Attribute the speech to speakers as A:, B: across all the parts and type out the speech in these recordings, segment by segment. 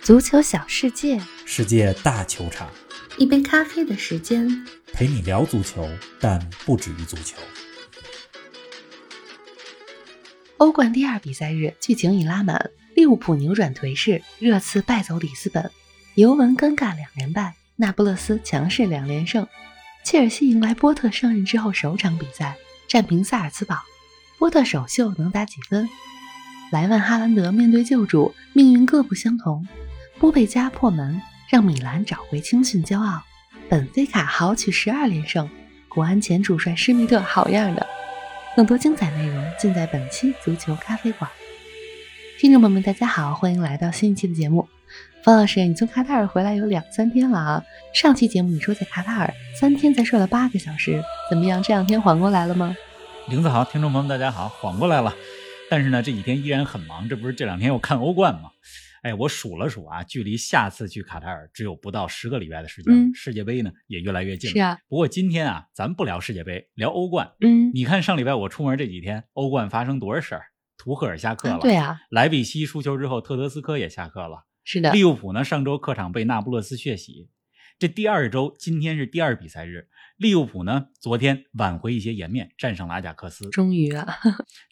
A: 足球小世界，
B: 世界大球场，
A: 一杯咖啡的时间。
B: 陪你聊足球，但不止于足球。
A: 欧冠第二比赛日，剧情已拉满，利物浦扭转颓势，热刺败走里斯本，尤文尴尬两连败，那不勒斯强势两连胜，切尔西迎来波特上任之后首场比赛，战平萨尔茨堡。波特首秀能打几分？莱万哈兰德面对旧主，命运各不相同。波贝加破门，让米兰找回青训骄傲。本菲卡豪取十二连胜，国安前主帅施密特好样的！更多精彩内容尽在本期足球咖啡馆。听众朋友们，大家好，欢迎来到新一期的节目。方老师，你从卡塔尔回来有两三天了啊？上期节目你说在卡塔尔三天才睡了八个小时，怎么样？这两天缓过来了吗？
B: 林子豪，听众朋友们，大家好，缓过来了。但是呢，这几天依然很忙，这不是这两天要看欧冠吗？哎，我数了数啊，距离下次去卡塔尔只有不到十个礼拜的时间了。
A: 嗯
B: 世界杯呢也越来越近了。
A: 是啊，
B: 不过今天啊，咱不聊世界杯，聊欧冠。
A: 嗯，
B: 你看上礼拜我出门这几天，欧冠发生多少事儿？图赫尔下课了，
A: 对啊，
B: 莱比锡输球之后，特德斯科也下课了。
A: 是的，
B: 利物浦呢，上周客场被那不勒斯血洗，这第二周今天是第二比赛日，利物浦呢昨天挽回一些颜面，战胜了阿贾克斯。
A: 终于啊，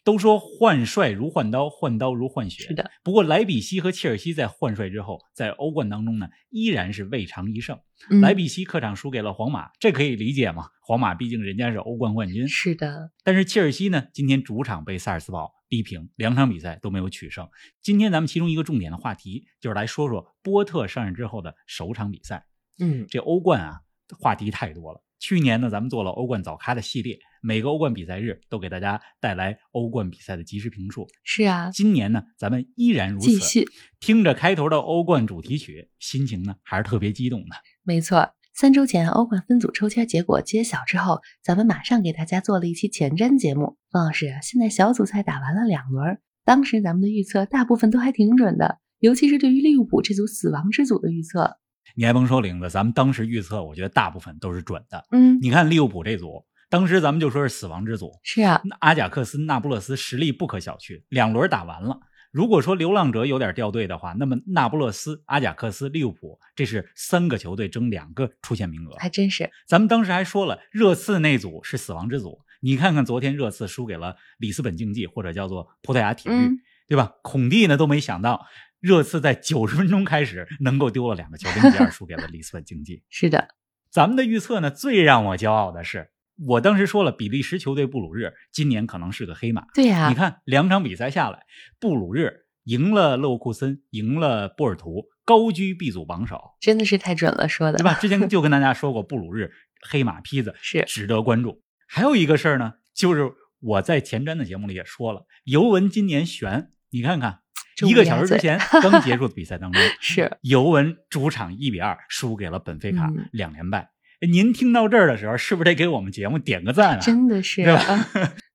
B: 都说换帅如换刀，换刀如换血。
A: 是的，
B: 不过莱比锡和切尔西在换帅之后，在欧冠当中呢，依然是未尝一胜。
A: 嗯
B: 莱比锡客场输给了皇马，这可以理解嘛？皇马毕竟人家是欧冠冠军。
A: 是的，
B: 但是切尔西呢，今天主场被萨尔茨堡逼平，两场比赛都没有取胜。今天咱们其中一个重点的话题就是来说说波特上任之后的首场比赛。
A: 嗯，
B: 这欧冠啊，话题太多了。去年呢，咱们做了欧冠早咖的系列，每个欧冠比赛日都给大家带来欧冠比赛的即时评述。
A: 是啊，
B: 今年呢，咱们依然如此。
A: 继续。
B: 听着开头的欧冠主题曲，心情呢还是特别激动的。
A: 没错，三周前欧冠分组抽签结果揭晓之后，咱们马上给大家做了一期前瞻节目。方老师啊，现在小组赛打完了两轮，当时咱们的预测大部分都还挺准的，尤其是对于利物浦这组死亡之组的预测。
B: 你还甭说，玲子，咱们当时预测，我觉得大部分都是准的。
A: 嗯，
B: 你看利物浦这组，当时咱们就说是死亡之组，
A: 是啊，
B: 阿贾克斯、那不勒斯实力不可小觑，两轮打完了。如果说流浪者有点掉队的话，那么那不勒斯、阿贾克斯、利物浦这是三个球队争两个出线名额。
A: 还真是。
B: 咱们当时还说了，热刺那组是死亡之组。你看看昨天热刺输给了里斯本竞技，或者叫做葡萄牙体育，
A: 嗯，
B: 对吧？孔蒂呢都没想到，热刺在九十分钟开始能够丢了两个球，零比二输给了里斯本竞技。
A: 是的，
B: 咱们的预测呢，最让我骄傲的是，我当时说了，比利时球队布鲁日今年可能是个黑马。
A: 对啊呀、
B: 你看两场比赛下来，布鲁日赢了勒沃库森，赢了波尔图，高居 B 组榜首，
A: 真的是太准了，说的
B: 对吧？之前就跟大家说过，布鲁日黑马坯子
A: 是
B: 值得关注。还有一个事儿呢，就是我在前瞻的节目里也说了，尤文今年悬，你看看
A: 这
B: 一
A: 乌
B: 个
A: 鸦
B: 小时之
A: 嘴
B: 前 刚结束的比赛当中，
A: 是
B: 尤文主场一比二输给了本菲卡
A: 嗯，
B: 两连败。您听到这儿的时候，是不是得给我们节目点个赞啊？
A: 真的是、
B: 对吧
A: 啊，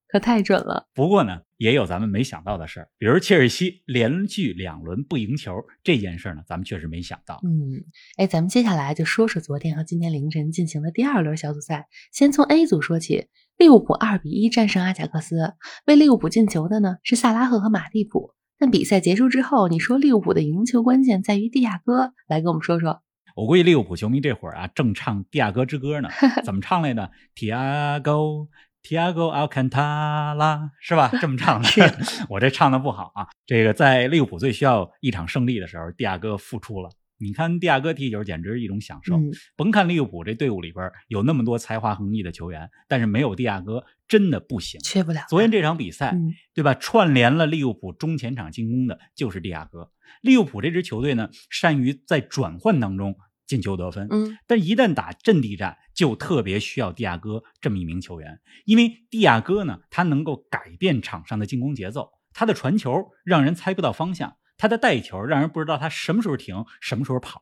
A: 可太准了。
B: 不过呢，也有咱们没想到的事儿，比如切尔西连续两轮不赢球这件事儿呢，咱们确实没想到。
A: 嗯，哎，咱们接下来就说说昨天和今天凌晨进行的第二轮小组赛。先从 A 组说起，利物浦2比1战胜阿贾克斯。为利物浦进球的呢是萨拉赫和马蒂普。但比赛结束之后，你说利物浦的赢球关键在于蒂亚戈，来跟我们说说。
B: 我估计利物浦球迷这会儿啊，正唱《蒂亚戈之歌》 呢，怎么唱来的？Tiago。Tiago Alcantara 是吧？这么唱的，
A: 是
B: 我这唱的不好啊。这个在利物浦最需要一场胜利的时候，蒂亚戈复出了。你看蒂亚戈踢球简直是一种享受。
A: 嗯，
B: 甭看利物浦这队伍里边有那么多才华横溢的球员，但是没有蒂亚戈真的不行。
A: 缺不了。
B: 昨天这场比赛，
A: 嗯，
B: 对吧？串联了利物浦中前场进攻的就是蒂亚戈。利物浦这支球队呢，善于在转换当中进球得分，
A: 嗯
B: 但一旦打阵地战，就特别需要蒂亚戈这么一名球员，因为蒂亚戈呢，他能够改变场上的进攻节奏，他的传球让人猜不到方向，他的带球让人不知道他什么时候停，什么时候跑。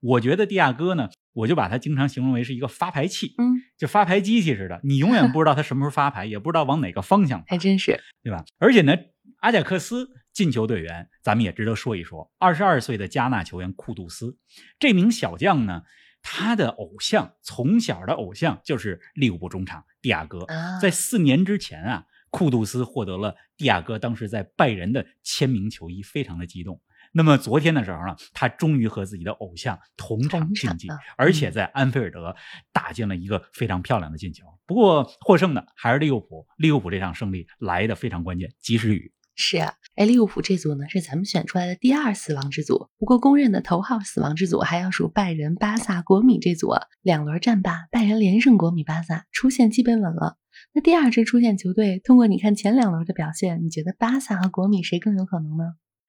B: 我觉得蒂亚戈呢，我就把他经常形容为是一个发牌器，
A: 嗯，
B: 就发牌机器似的，你永远不知道他什么时候发牌，也不知道往哪个方向
A: 还哎真是。
B: 对吧？而且呢，阿贾克斯进球队员，咱们也值得说一说。二十二岁的加纳球员库杜斯，这名小将呢，他的偶像，从小的偶像就是利物浦中场蒂亚戈。
A: 啊
B: 在四年之前啊，库杜斯获得了蒂亚戈当时在拜仁的签名球衣，非常的激动。那么昨天的时候呢，他终于和自己的偶像同场
A: 同
B: 竞
A: 场
B: 技
A: 啊，
B: 而且在安菲尔德打进了一个非常漂亮的进球。不过获胜的还是利物浦，利物浦这场胜利来的非常关键，及时雨。
A: 是啊，哎，利物浦这组呢是咱们选出来的第二死亡之组，不过公认的头号死亡之组还要数拜仁、巴萨、国米这组啊，两轮战罢，拜仁连胜国米、巴萨，出线基本稳了。那第二支出线球队，通过你看前两轮的表现，你觉得巴萨和国米谁更有可能呢？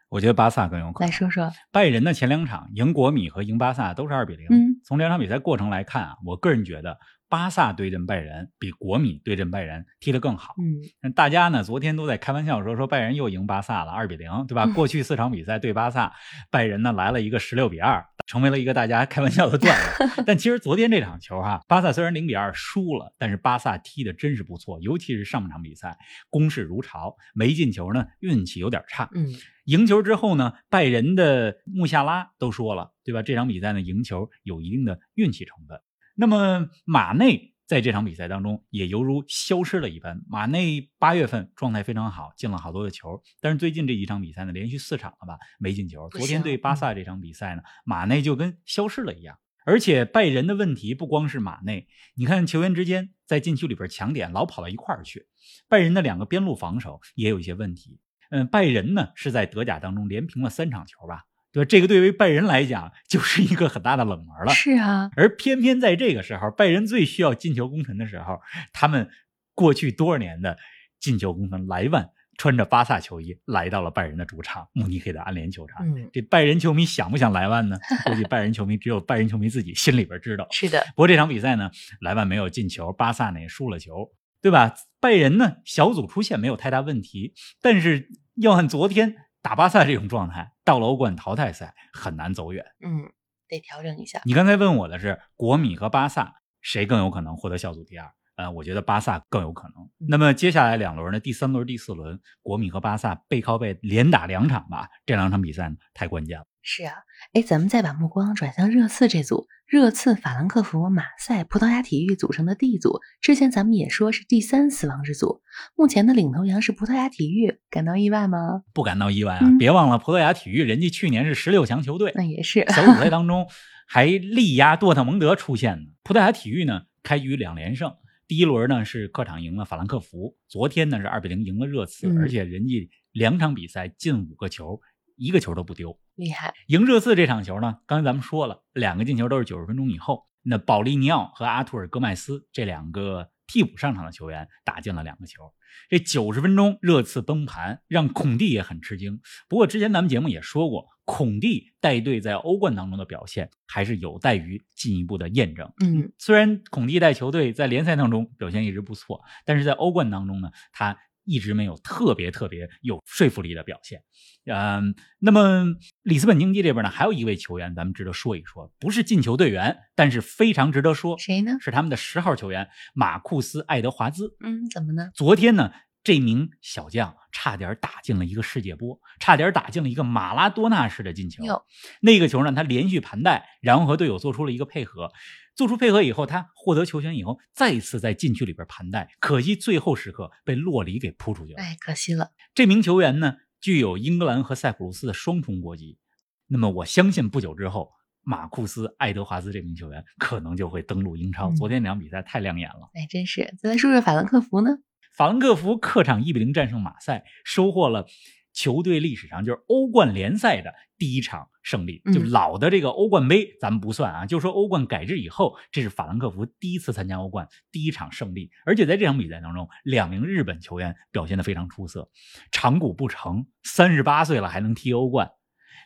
B: 我觉得巴萨更有可
A: 来
B: 能。
A: 说说，
B: 拜仁的前两场赢国米和赢巴萨都是二比零、
A: 嗯
B: 从两场比赛过程来看啊，我个人觉得巴萨对阵拜仁比国米对阵拜仁踢得更好。
A: 嗯，
B: 那大家呢，昨天都在开玩笑说说拜仁又赢巴萨了，二比零，对吧？
A: 嗯
B: 过去四场比赛对巴萨，拜仁呢来了一个十六比二，成为了一个大家开玩笑的段子。但其实昨天这场球哈、巴萨虽然零比二输了，但是巴萨踢的真是不错，尤其是上半场比赛攻势如潮，没进球呢运气有点差。
A: 嗯，
B: 赢球之后呢，拜仁的穆夏拉都说了，对吧？这场比赛呢，赢球有一定的运气成分。那么马内在这场比赛当中也犹如消失了一般。马内八月份状态非常好，进了好多的球，但是最近这一场比赛呢，连续四场了吧没进球。
A: 不
B: 昨天
A: 行嗯
B: 对巴萨这场比赛呢，马内就跟消失了一样。而且拜仁的问题不光是马内，你看球员之间在禁区里边抢点老跑到一块儿去，拜仁的两个边路防守也有一些问题。嗯，拜仁呢是在德甲当中连平了三场球吧？对吧，这个对于拜仁来讲就是一个很大的冷门了。
A: 是啊，
B: 而偏偏在这个时候，拜仁最需要进球功臣的时候，他们过去多少年的进球功臣莱万穿着巴萨球衣来到了拜仁的主场慕尼黑的安联球场。
A: 嗯，
B: 这拜仁球迷想不想莱万呢？估计拜仁球迷只有拜仁球迷自己心里边知道。
A: 是的，
B: 不过这场比赛呢，莱万没有进球，巴萨呢也输了球，对吧？拜仁呢小组出线没有太大问题，但是要按昨天打巴萨这种状态，到了欧冠淘汰赛很难走远。
A: 嗯，得调整一下。
B: 你刚才问我的是国米和巴萨谁更有可能获得小组第二？呃，我觉得巴萨更有可能。那么接下来两轮呢，第三轮、第四轮，国米和巴萨背靠背连打两场吧，这两场比赛呢太关键了。
A: 是啊，哎，咱们再把目光转向热刺这组，热刺、法兰克福、马赛、葡萄牙体育组成的 D 组，之前咱们也说是第三死亡之组，目前的领头羊是葡萄牙体育，感到意外吗？
B: 不感到意外啊！
A: 嗯
B: 别忘了葡萄牙体育，人家去年是十六强球队，
A: 那也是，
B: 小组赛当中还力压多特蒙德出线呢。葡萄牙体育呢开局两连胜，第一轮呢是客场赢了法兰克福，昨天呢是二比零赢了热刺，
A: 嗯
B: 而且人家两场比赛进五个球，一个球都不丢。
A: 厉害，
B: 赢热刺这场球呢，刚才咱们说了，两个进球都是九十分钟以后。那保利尼奥和阿图尔戈麦斯这两个替补上场的球员打进了两个球。这九十分钟热刺崩盘，让孔蒂也很吃惊。不过之前咱们节目也说过，孔蒂带队在欧冠当中的表现还是有待于进一步的验证。
A: 嗯，
B: 虽然孔蒂带球队在联赛当中表现一直不错，但是在欧冠当中呢，他一直没有特别特别有说服力的表现。嗯，那么里斯本竞技这边呢，还有一位球员咱们值得说一说，不是进球队员，但是非常值得说，
A: 谁呢？
B: 是他们的十号球员马库斯·爱德华兹。
A: 嗯，怎么呢？
B: 昨天呢，这名小将啊差点打进了一个世界波，差点打进了一个马拉多纳式的进球
A: 哟。
B: 那个球让他连续盘带，然后和队友做出了一个配合。做出配合以后，他获得球权以后，再次在禁区里边盘带，可惜最后时刻被洛里给扑出去了。
A: 哎，可惜了，
B: 这名球员呢，具有英格兰和塞浦路斯的双重国籍。那么我相信不久之后，马库斯·爱德华兹这名球员可能就会登陆英超。
A: 嗯
B: 昨天那场比赛太亮眼了。
A: 哎，真是。再来说说法兰克福呢？
B: 法兰克福客场一比零战胜马赛，收获了球队历史上就是欧冠联赛的第一场胜利。
A: 嗯
B: 就老的这个欧冠杯咱们不算啊，就说欧冠改制以后，这是法兰克福第一次参加欧冠第一场胜利，而且在这场比赛当中，两名日本球员表现得非常出色，长谷不成三十八岁了还能踢欧冠，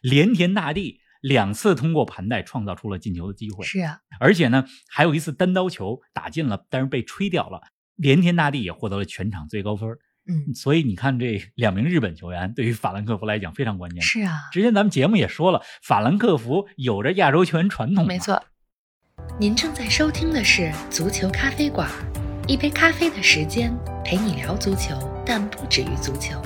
B: 连田大地。两次通过盘带创造出了进球的机会，
A: 是啊，
B: 而且呢，还有一次单刀球打进了，但是被吹掉了。连天大地也获得了全场最高分儿，
A: 嗯，
B: 所以你看这 两名日本球员对于法兰克福来讲非常关键。
A: 是啊，
B: 之前咱们节目也说了，法兰克福有着亚洲球员传统嘛，
A: 没错。您正在收听的是《足球咖啡馆》，一杯咖啡的时间陪你聊足球，但不止于足球。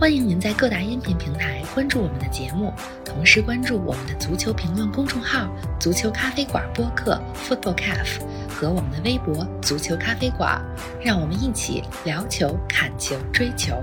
A: 欢迎您在各大音频平台关注我们的节目，同时关注我们的足球评论公众号“足球咖啡馆”播客 （Football Cafe） 和我们的微博“足球咖啡馆”，让我们一起聊球、看球、追球。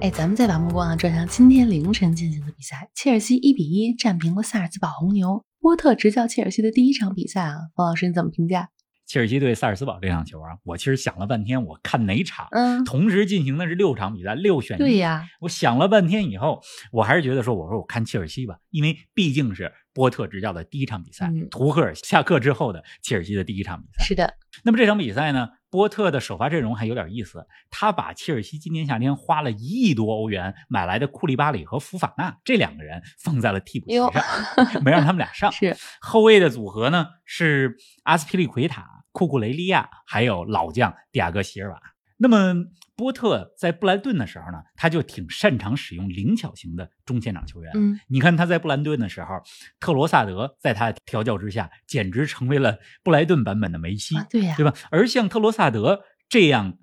A: 哎，咱们再把目光啊转向今天凌晨进行的比赛，切尔西一比一战平了萨尔茨堡红牛。波特执教切尔西的第一场比赛啊，王老师你怎么评价？
B: 切尔西对萨尔茨堡这场球啊，我其实想了半天，我看哪场？
A: 嗯，
B: 同时进行的是六场比赛，六选一。
A: 对呀，
B: 我想了半天以后，我还是觉得说，我说我看切尔西吧，因为毕竟是波特执教的第一场比赛，
A: 嗯
B: 图赫尔下课之后的切尔西的第一场比赛。
A: 是的，
B: 那么这场比赛呢，波特的首发阵容还有点意思，他把切尔西今年夏天花了一亿多欧元买来的库利巴里和福法纳这两个人放在了替补 席
A: 哟
B: 上，没让他们俩上。
A: 是
B: 后卫的组合呢是阿斯皮利奎塔、库库雷利亚，还有老将迪亚戈席尔瓦。那么波特在布莱顿的时候呢，他就挺擅长使用灵巧型的中前场球员。
A: 嗯，
B: 你看他在布莱顿的时候，特罗萨德在他的调教之下，简直成为了布莱顿版本的梅西。
A: 啊，对呀，
B: 对吧？而像特罗萨德这样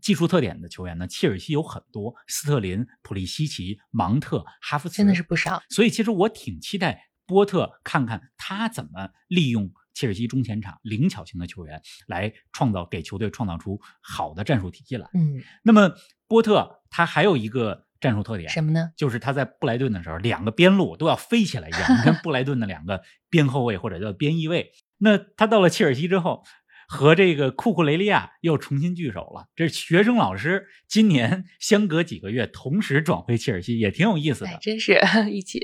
B: 技术特点的球员呢，切尔西有很多，斯特林、普利西奇、芒特、哈弗茨，
A: 真的是。不少。
B: 所以其实我挺期待波特看看他怎么利用切尔西中前场灵巧型的球员来创造给球队创造出好的战术体系来。
A: 嗯，
B: 那么波特他还有一个战术特点，
A: 什么呢？
B: 就是他在布莱顿的时候，两个边路都要飞起来一样。你看布莱顿的两个边后卫或者叫边翼卫，那他到了切尔西之后，和这个库库雷利亚又重新聚首了。这学生老师今年相隔几个月同时转回切尔西，也挺有意思
A: 哎
B: 的，。
A: 真是一起，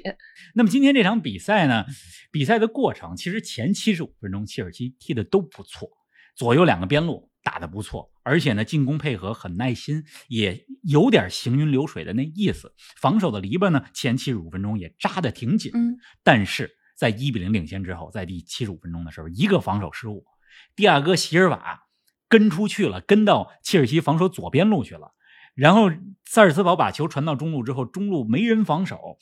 B: 那么今天这场比赛呢，比赛的过程其实前七十五分钟切尔西踢的都不错，左右两个边路打得不错，而且呢进攻配合很耐心，也有点行云流水的那意思。防守的篱笆呢，前七十五分钟也扎得挺紧，
A: 嗯，
B: 但是在一比零领先之后，在第七十五分钟的时候，一个防守失误，第二个席尔瓦跟出去了，跟到切尔西防守左边路去了。然后萨尔茨堡把球传到中路之后，中路没人防守，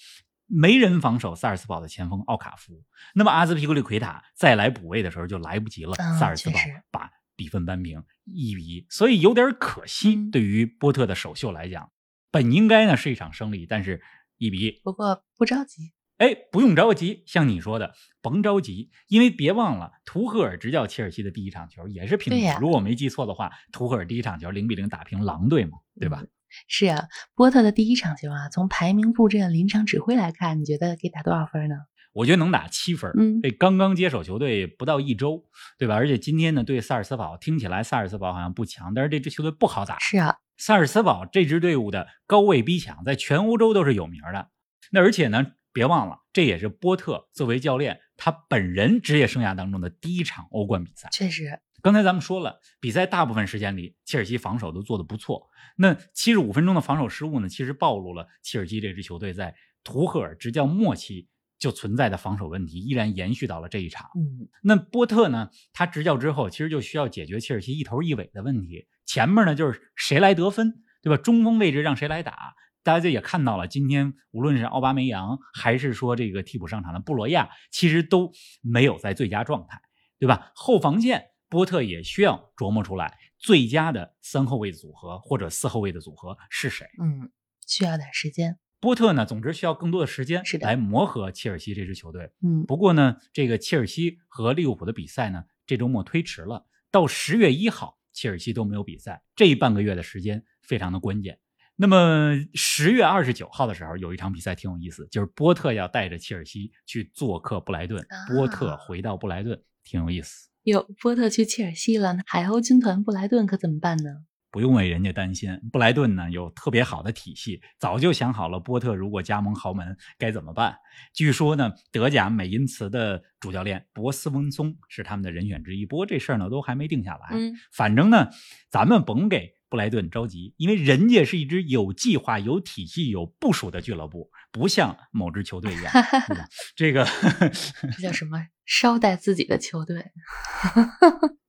B: 没人防守萨尔茨堡的前锋奥卡夫。那么阿兹皮克利奎塔再来补位的时候就来不及了，
A: 啊
B: 萨尔茨堡
A: 确实
B: 把比分扳平一比一，所以有点可惜。
A: 嗯
B: 对于波特的首秀来讲，本应该呢是一场胜利，但是一比一
A: 不过不着急，
B: 哎，不用着急，像你说的，甭着急，因为别忘了，图赫尔执教切尔西的第一场球也是平
A: 对
B: 局。
A: 呀
B: 如果我没记错的话，图赫尔第一场球零比零打平狼队嘛，对吧？
A: 是啊，波特的第一场球啊，从排名布阵、临场指挥来看，你觉得给打多少分呢？
B: 我觉得能打七分儿。
A: 嗯
B: 这刚刚接手球队不到一周，对吧？而且今天呢，对萨尔斯堡，听起来萨尔斯堡好像不强，但是这支球队不好打。
A: 是啊，
B: 萨尔茨堡这支队伍的高位逼抢，在全欧洲都是有名的。那而且呢，别忘了，这也是波特作为教练他本人职业生涯当中的第一场欧冠比赛。
A: 确实，
B: 刚才咱们说了，比赛大部分时间里，切尔西防守都做得不错。那七十五分钟的防守失误呢，其实暴露了切尔西这支球队在图赫尔执教末期就存在的防守问题，依然延续到了这一场。
A: 嗯，
B: 那波特呢，他执教之后，其实就需要解决切尔西一头一尾的问题。前面呢，就是谁来得分，对吧？中锋位置让谁来打？大家也看到了，今天无论是奥巴梅扬，还是说这个替补上场的布罗亚，其实都没有在最佳状态，对吧？后防线波特也需要琢磨出来最佳的三后卫组合或者四后卫的组合是谁。
A: 嗯，需要点时间。
B: 波特呢，总之需要更多的时间
A: 是的
B: 来磨合切尔西这支球队。
A: 嗯，
B: 不过呢，这个切尔西和利物浦的比赛呢，这周末推迟了，到十月一号，切尔西都没有比赛，这半个月的时间非常的关键。那么十月二十九号的时候，有一场比赛挺有意思，就是波特要带着切尔西去做客布莱顿，波特回到布莱顿，挺有意思。
A: 哟，波特去切尔西了，那海鸥军团布莱顿可怎么办呢？
B: 不用为人家担心，布莱顿呢有特别好的体系，早就想好了波特如果加盟豪门该怎么办。据说呢，德甲美因茨的主教练博斯文松是他们的人选之一，不过这事儿呢都还没定下来。
A: 嗯，
B: 反正呢，咱们甭给布莱顿着急，因为人家是一支有计划、有体系、有部署的俱乐部，不像某支球队一样。对吧这个，
A: 这叫什么？捎带自己的球队。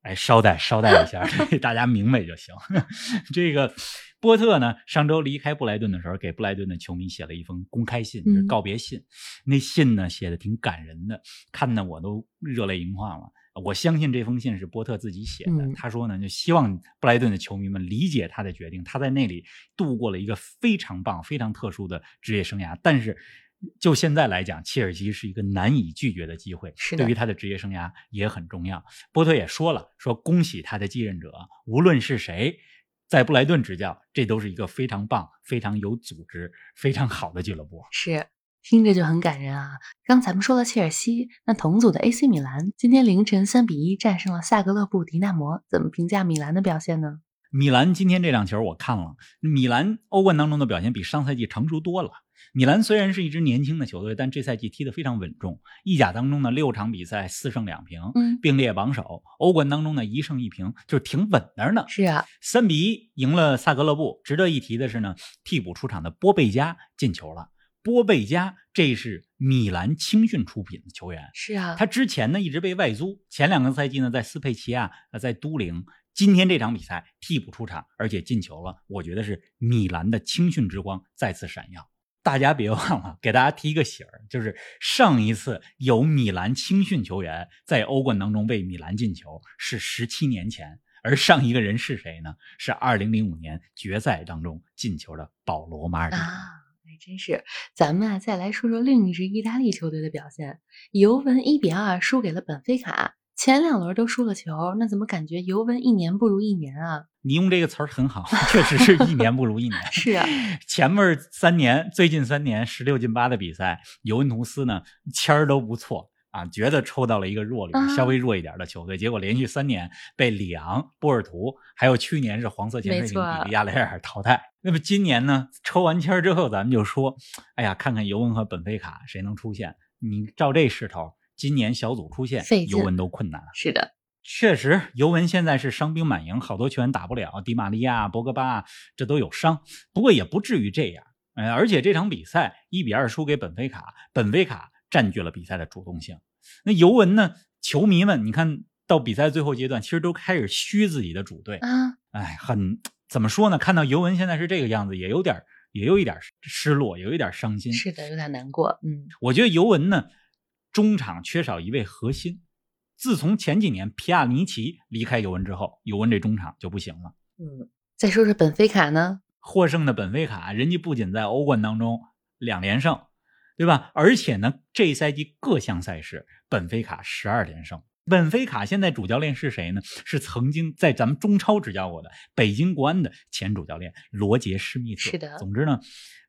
B: 哎，捎带捎带一下， 大家明白就行。 这个波特呢，上周离开布莱顿的时候，给布莱顿的球迷写了一封公开信，就是
A: 嗯
B: 告别信。那信呢，写的挺感人的，看得我都热泪盈眶了。我相信这封信是波特自己写的。
A: 嗯
B: 他说呢，就希望布莱顿的球迷们理解他的决定。他在那里度过了一个非常棒、非常特殊的职业生涯，但是。就现在来讲，切尔西是一个难以拒绝的机会，
A: 是的
B: 对于他的职业生涯也很重要。波特也说了，说恭喜他的继任者，无论是谁，在布莱顿执教，这都是一个非常棒、非常有组织、非常好的俱乐部。
A: 是，听着就很感人啊。刚才咱们说了切尔西，那同组的 AC 米兰今天凌晨三比一战胜了萨格勒布迪纳摩，怎么评价米兰的表现呢？
B: 米兰今天这场球我看了，米兰欧冠当中的表现比上赛季成熟多了。米兰虽然是一支年轻的球队，但这赛季踢得非常稳重。意甲当中呢，六场比赛四胜两平，
A: 嗯，
B: 并列榜首；欧冠当中呢，一胜一平，就是挺稳当的。
A: 是啊，
B: 三比一赢了萨格勒布。值得一提的是呢，替补出场的波贝加进球了。波贝加这是米兰青训出品的球员，
A: 是啊，
B: 他之前呢一直被外租，前两个赛季呢在斯佩齐亚，呃在都灵。今天这场比赛替补出场，而且进球了，我觉得是米兰的青训之光再次闪耀。大家别忘了， 给大家提一个醒儿，就是上一次有米兰青训球员在欧冠当中为米兰进球是十七年前，而上一个人是谁呢？是二零零五年决赛当中进球的保罗·马尔蒂尼。
A: 啊，还真是。咱们啊，再来说说另一支意大利球队的表现。尤文一比二输给了本菲卡，前两轮都输了球，那怎么感觉尤文一年不如一年啊？
B: 你用这个词儿很好，确实是一年不如一年。
A: 是啊，
B: 前面三年，最近三年十六进八的比赛，尤文图斯呢签儿都不错啊，觉得抽到了一个弱旅、
A: 啊
B: 稍微弱一点的球队，结果连续三年被里昂、波尔图，还有去年是黄色潜水艇
A: 没错
B: 比利亚雷尔淘汰。那么今年呢，抽完签儿之后，咱们就说，哎呀，看看尤文和本菲卡谁能出现。你照这势头，今年小组出现
A: 费，劲
B: 尤文都困难了。
A: 是的，
B: 确实，尤文现在是伤兵满营，好多球员打不了，迪玛利亚、博格巴这都有伤，不过也不至于这样。呃，而且这场比赛一比二输给本菲卡，本菲卡占据了比赛的主动性。那尤文呢？球迷们，你看到比赛最后阶段，其实都开始虚自己的主队，
A: 啊，
B: 哎，很怎么说呢？看到尤文现在是这个样子，也有点儿，也有一点儿失落，也有一点儿伤心。
A: 是的，有点难过。嗯，
B: 我觉得尤文呢，中场缺少一位核心。自从前几年皮亚尼奇离开尤文之后，尤文这中场就不行了。
A: 嗯，再说说本菲卡呢？
B: 获胜的本菲卡，人家不仅在欧冠当中两连胜，对吧？而且呢，这一赛季各项赛事，本菲卡十二连胜。本菲卡现在主教练是谁呢？是曾经在咱们中超执教过的北京国安的前主教练罗杰·施密特。
A: 是的
B: 总之呢，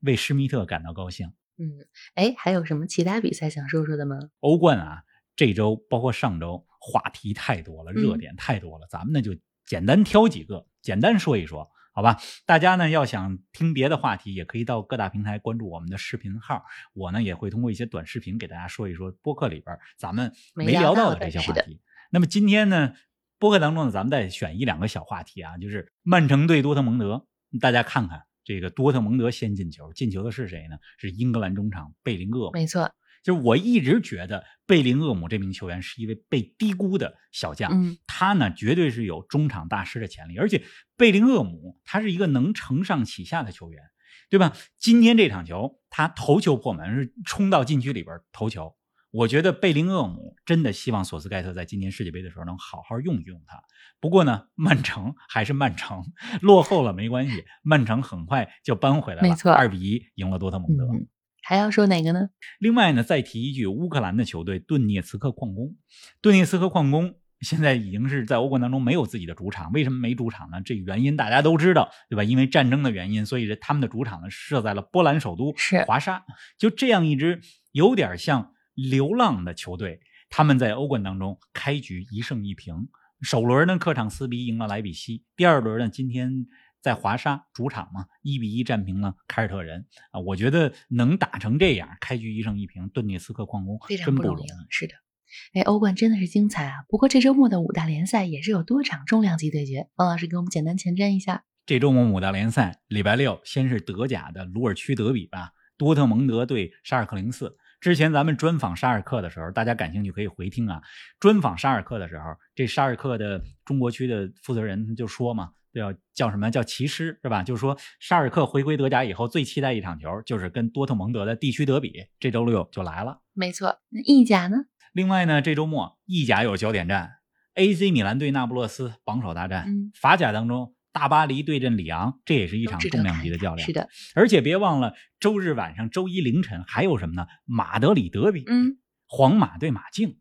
B: 为施密特感到高兴。
A: 嗯，哎，还有什么其他比赛想说说的吗？
B: 欧冠啊，这周包括上周话题太多了，
A: 嗯
B: 热点太多了，咱们呢就简单挑几个，简单说一说，好吧？大家呢要想听别的话题，也可以到各大平台关注我们的视频号，我呢也会通过一些短视频给大家说一说播客里边咱们
A: 没
B: 没
A: 聊
B: 聊
A: 到
B: 到的
A: 的
B: 这些
A: 是
B: 话
A: 的
B: 题。那么今天呢，播客当中呢，咱们再选一两个小话题啊，就是曼城对多特蒙德，大家看看这个多特蒙德先进球，进球的是谁呢？是英格兰中场贝林厄姆。
A: 没错，
B: 就是我一直觉得贝林厄姆这名球员是一位被低估的小将，
A: 嗯，
B: 他呢绝对是有中场大师的潜力，而且贝林厄姆他是一个能承上启下的球员，对吧？今天这场球他头球破门是冲到禁区里边头球，我觉得贝林厄姆真的希望索斯盖特在今年世界杯的时候能好好用一用他。不过呢，曼城还是曼城， 落后了没关系，曼城很快就扳回来了，
A: 没错
B: 二比一赢了多特蒙德。
A: 嗯，还要说哪个呢？
B: 另外呢，再提一句，乌克兰的球队顿涅茨克矿工，顿涅茨克矿工现在已经是在欧冠当中没有自己的主场。为什么没主场呢？这原因大家都知道，对吧？因为战争的原因，所以这他们的主场呢设在了波兰首都
A: 是
B: 华沙。就这样一支有点像流浪的球队，他们在欧冠当中开局一胜一平，首轮呢客场四比一赢了莱比锡，第二轮呢今天在华沙主场嘛一比一战平了凯尔特人啊，我觉得能打成这样，开局一胜一平，顿涅斯克矿工
A: 非常
B: 真
A: 不容
B: 容
A: 易了。啊是的，哎，欧冠真的是精彩啊！不过这周末的五大联赛也是有多场重量级对决，王老师给我们简单前瞻一下。
B: 这周末五大联赛，礼拜六先是德甲的鲁尔区德比吧，多特蒙德对沙尔克零四。之前咱们专访沙尔克的时候，大家感兴趣可以回听啊。专访沙尔克的时候，这沙尔克的中国区的负责人就说嘛，叫叫什么叫骑师是吧？就说沙尔克回归德甲以后，最期待一场球就是跟多特蒙德的地区德比，这周六就来了。
A: 没错，那意甲呢？
B: 另外呢，这周末意甲有焦点战，AC 米兰对那不勒斯榜首大战。
A: 嗯
B: 法甲当中，大巴黎对阵里昂，这也是一
A: 都
B: 场
A: 值
B: 重
A: 得
B: 量
A: 看
B: 级
A: 一
B: 的
A: 看
B: 较量。
A: 是的，
B: 而且别忘了，周日晚上、周一凌晨还有什么呢？马德里德比，
A: 嗯，
B: 皇马对马竞。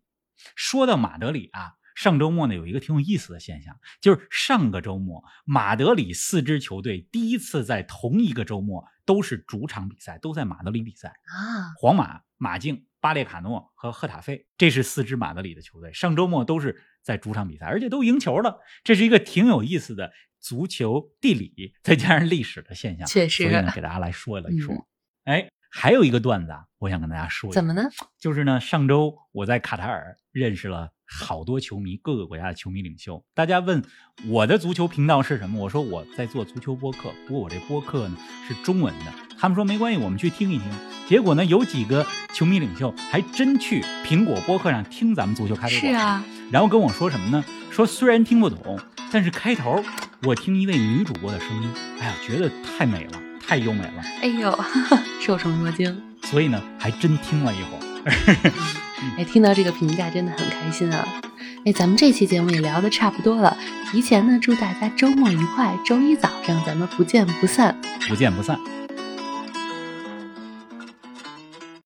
B: 说到马德里啊，上周末呢，有一个挺有意思的现象，就是上个周末马德里四支球队第一次在同一个周末都是主场比赛，都在马德里比赛。
A: 啊，
B: 皇马、马竞、巴列卡诺和赫塔费，这是四支马德里的球队，上周末都是在主场比赛，而且都赢球了。这是一个挺有意思的足球地理再加上历史的现象，
A: 确
B: 所以
A: 实
B: 呢，，给大家来说了一说。
A: 嗯
B: 哎，还有一个段子啊，我想跟大家说一下
A: 怎么呢？
B: 就是呢，上周我在卡塔尔认识了好多球迷，各个国家的球迷领袖。大家问我的足球频道是什么，我说我在做足球播客，不过我这播客呢是中文的。他们说没关系，我们去听一听。结果呢，有几个球迷领袖还真去苹果播客上听咱们足球咖啡
A: 是
B: 馆，
A: 啊，
B: 然后跟我说什么呢？说虽然听不懂，但是开头我听一位女主播的声音，哎呀，觉得太美了，太优美了，
A: 哎呦， 受宠若惊。
B: 所以呢，还真听了一会儿。
A: 哎，听到这个评价真的很开心啊！哎，咱们这期节目也聊得差不多了，提前呢祝大家周末愉快，周一早上咱们不见不散。
B: 不见不散。